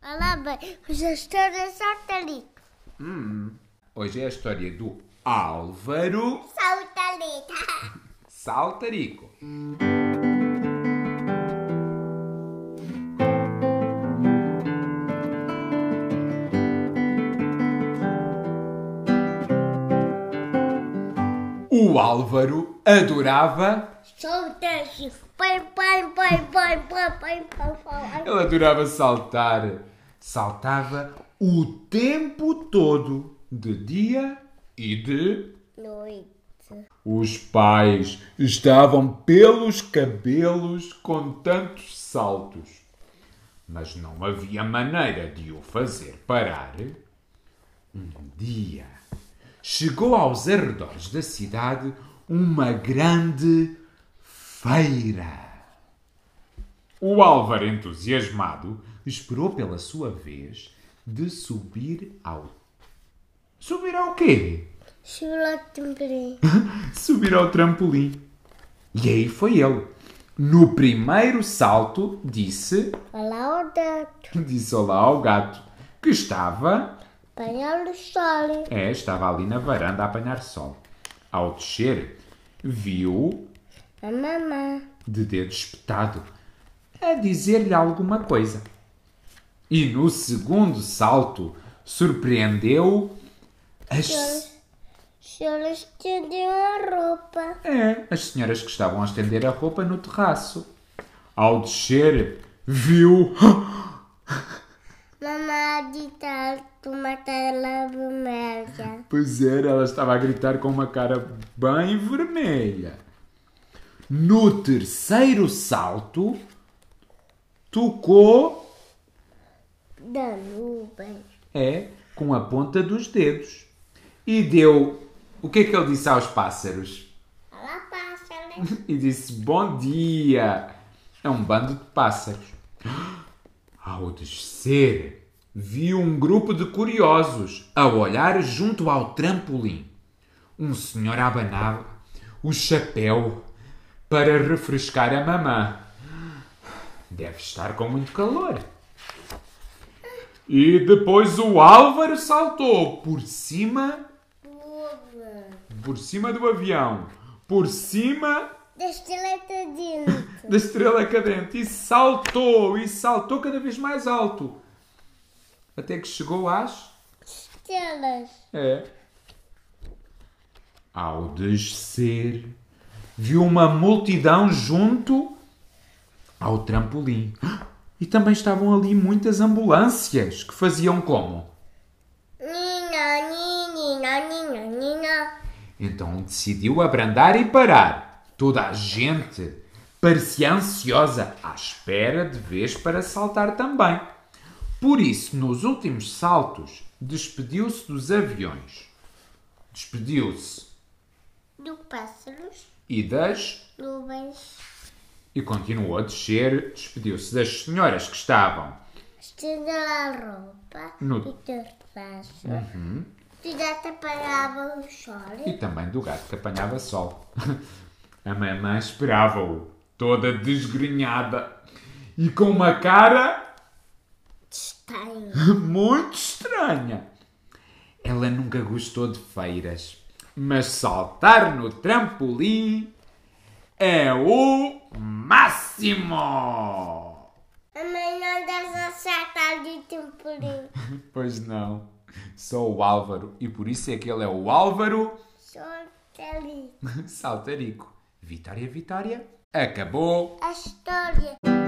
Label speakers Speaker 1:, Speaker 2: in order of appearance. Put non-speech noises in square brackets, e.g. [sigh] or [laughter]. Speaker 1: fala bem. O gestor é satélite.
Speaker 2: Hum, hoje é a história do Álvaro
Speaker 1: Satélite.
Speaker 2: Saltarico. O Álvaro adorava
Speaker 1: Satélite. Põe, põe, põe, põe, põe, põe, põe, põe.
Speaker 2: Ele adorava saltar. Saltava o tempo todo, de dia e de.
Speaker 1: Noite.
Speaker 2: Os pais estavam pelos cabelos com tantos saltos. Mas não havia maneira de o fazer parar. Um dia chegou aos arredores da cidade uma grande feira. O Álvaro, entusiasmado, esperou pela sua vez de subir ao. Subir ao quê?
Speaker 1: Chocolate também.
Speaker 2: subir ao trampolim. E aí foi ele. No primeiro salto, disse,
Speaker 1: Olá, o gato.
Speaker 2: disse olá ao gato, que estava,
Speaker 1: Apanhar o sol.
Speaker 2: é, estava ali na varanda a apanhar sol. Ao descer, viu
Speaker 1: A mamã.
Speaker 2: de dedo espetado a dizer-lhe alguma coisa. E no segundo salto, surpreendeu as,
Speaker 1: Chora estendeu a roupa.
Speaker 2: É, as senhoras que estavam a estender a roupa no terraço. Ao descer, viu.
Speaker 1: Mamá de tanto matar a vermelha.
Speaker 2: Pois era, ela estava a gritar com uma cara bem vermelha. No terceiro salto, tocou.
Speaker 1: Da nuvem.
Speaker 2: É, com a ponta dos dedos. E deu. O que é que ele disse aos pássaros?
Speaker 1: Ela passa, né?
Speaker 2: e disse bom dia. É um bando de pássaros. [gasps] Ao descer, viu um grupo de curiosos a olhar junto ao trampolim. Um senhor abanava o chapéu para refrescar a mamã. [gasps] Deve estar com muito calor. E depois o Álvaro saltou por cima,
Speaker 1: Uva.
Speaker 2: por cima do avião, por cima
Speaker 1: Da estileta dentro.
Speaker 2: da estrela cadente e saltou e saltou cada vez mais alto até que chegou às
Speaker 1: Estrelas.
Speaker 2: é ao descer viu uma multidão junto ao trampolim Ah, e também estavam ali muitas ambulâncias que faziam como
Speaker 1: Nina, nina, nina, nina.
Speaker 2: Então decidiu abrandar e parar. Toda a gente parecia ansiosa, à espera de vez para saltar também. Por isso, nos últimos saltos, despediu-se dos aviões. Despediu-se
Speaker 1: Do pássaros.
Speaker 2: e das.
Speaker 1: Nuvens.
Speaker 2: e continuou a descer. Despediu-se das senhoras que estavam.
Speaker 1: Estendeu a roupa.
Speaker 2: No-
Speaker 1: E terpaço. E já te apagava o sol.
Speaker 2: E também do gato que apanhava sol. [laughs] A mamãe esperava-o, toda desgrenhada e com uma cara
Speaker 1: Estranho.
Speaker 2: muito estranha. Ela nunca gostou de feiras, mas saltar no trampolim é o máximo!
Speaker 1: Amanhã das acertas de temporim.
Speaker 2: Pois não, sou o Álvaro e por isso é que ele é o Álvaro [laughs]
Speaker 1: Solta-lhe
Speaker 2: Saltarico. Vitória, Vitória, acabou!
Speaker 1: a história.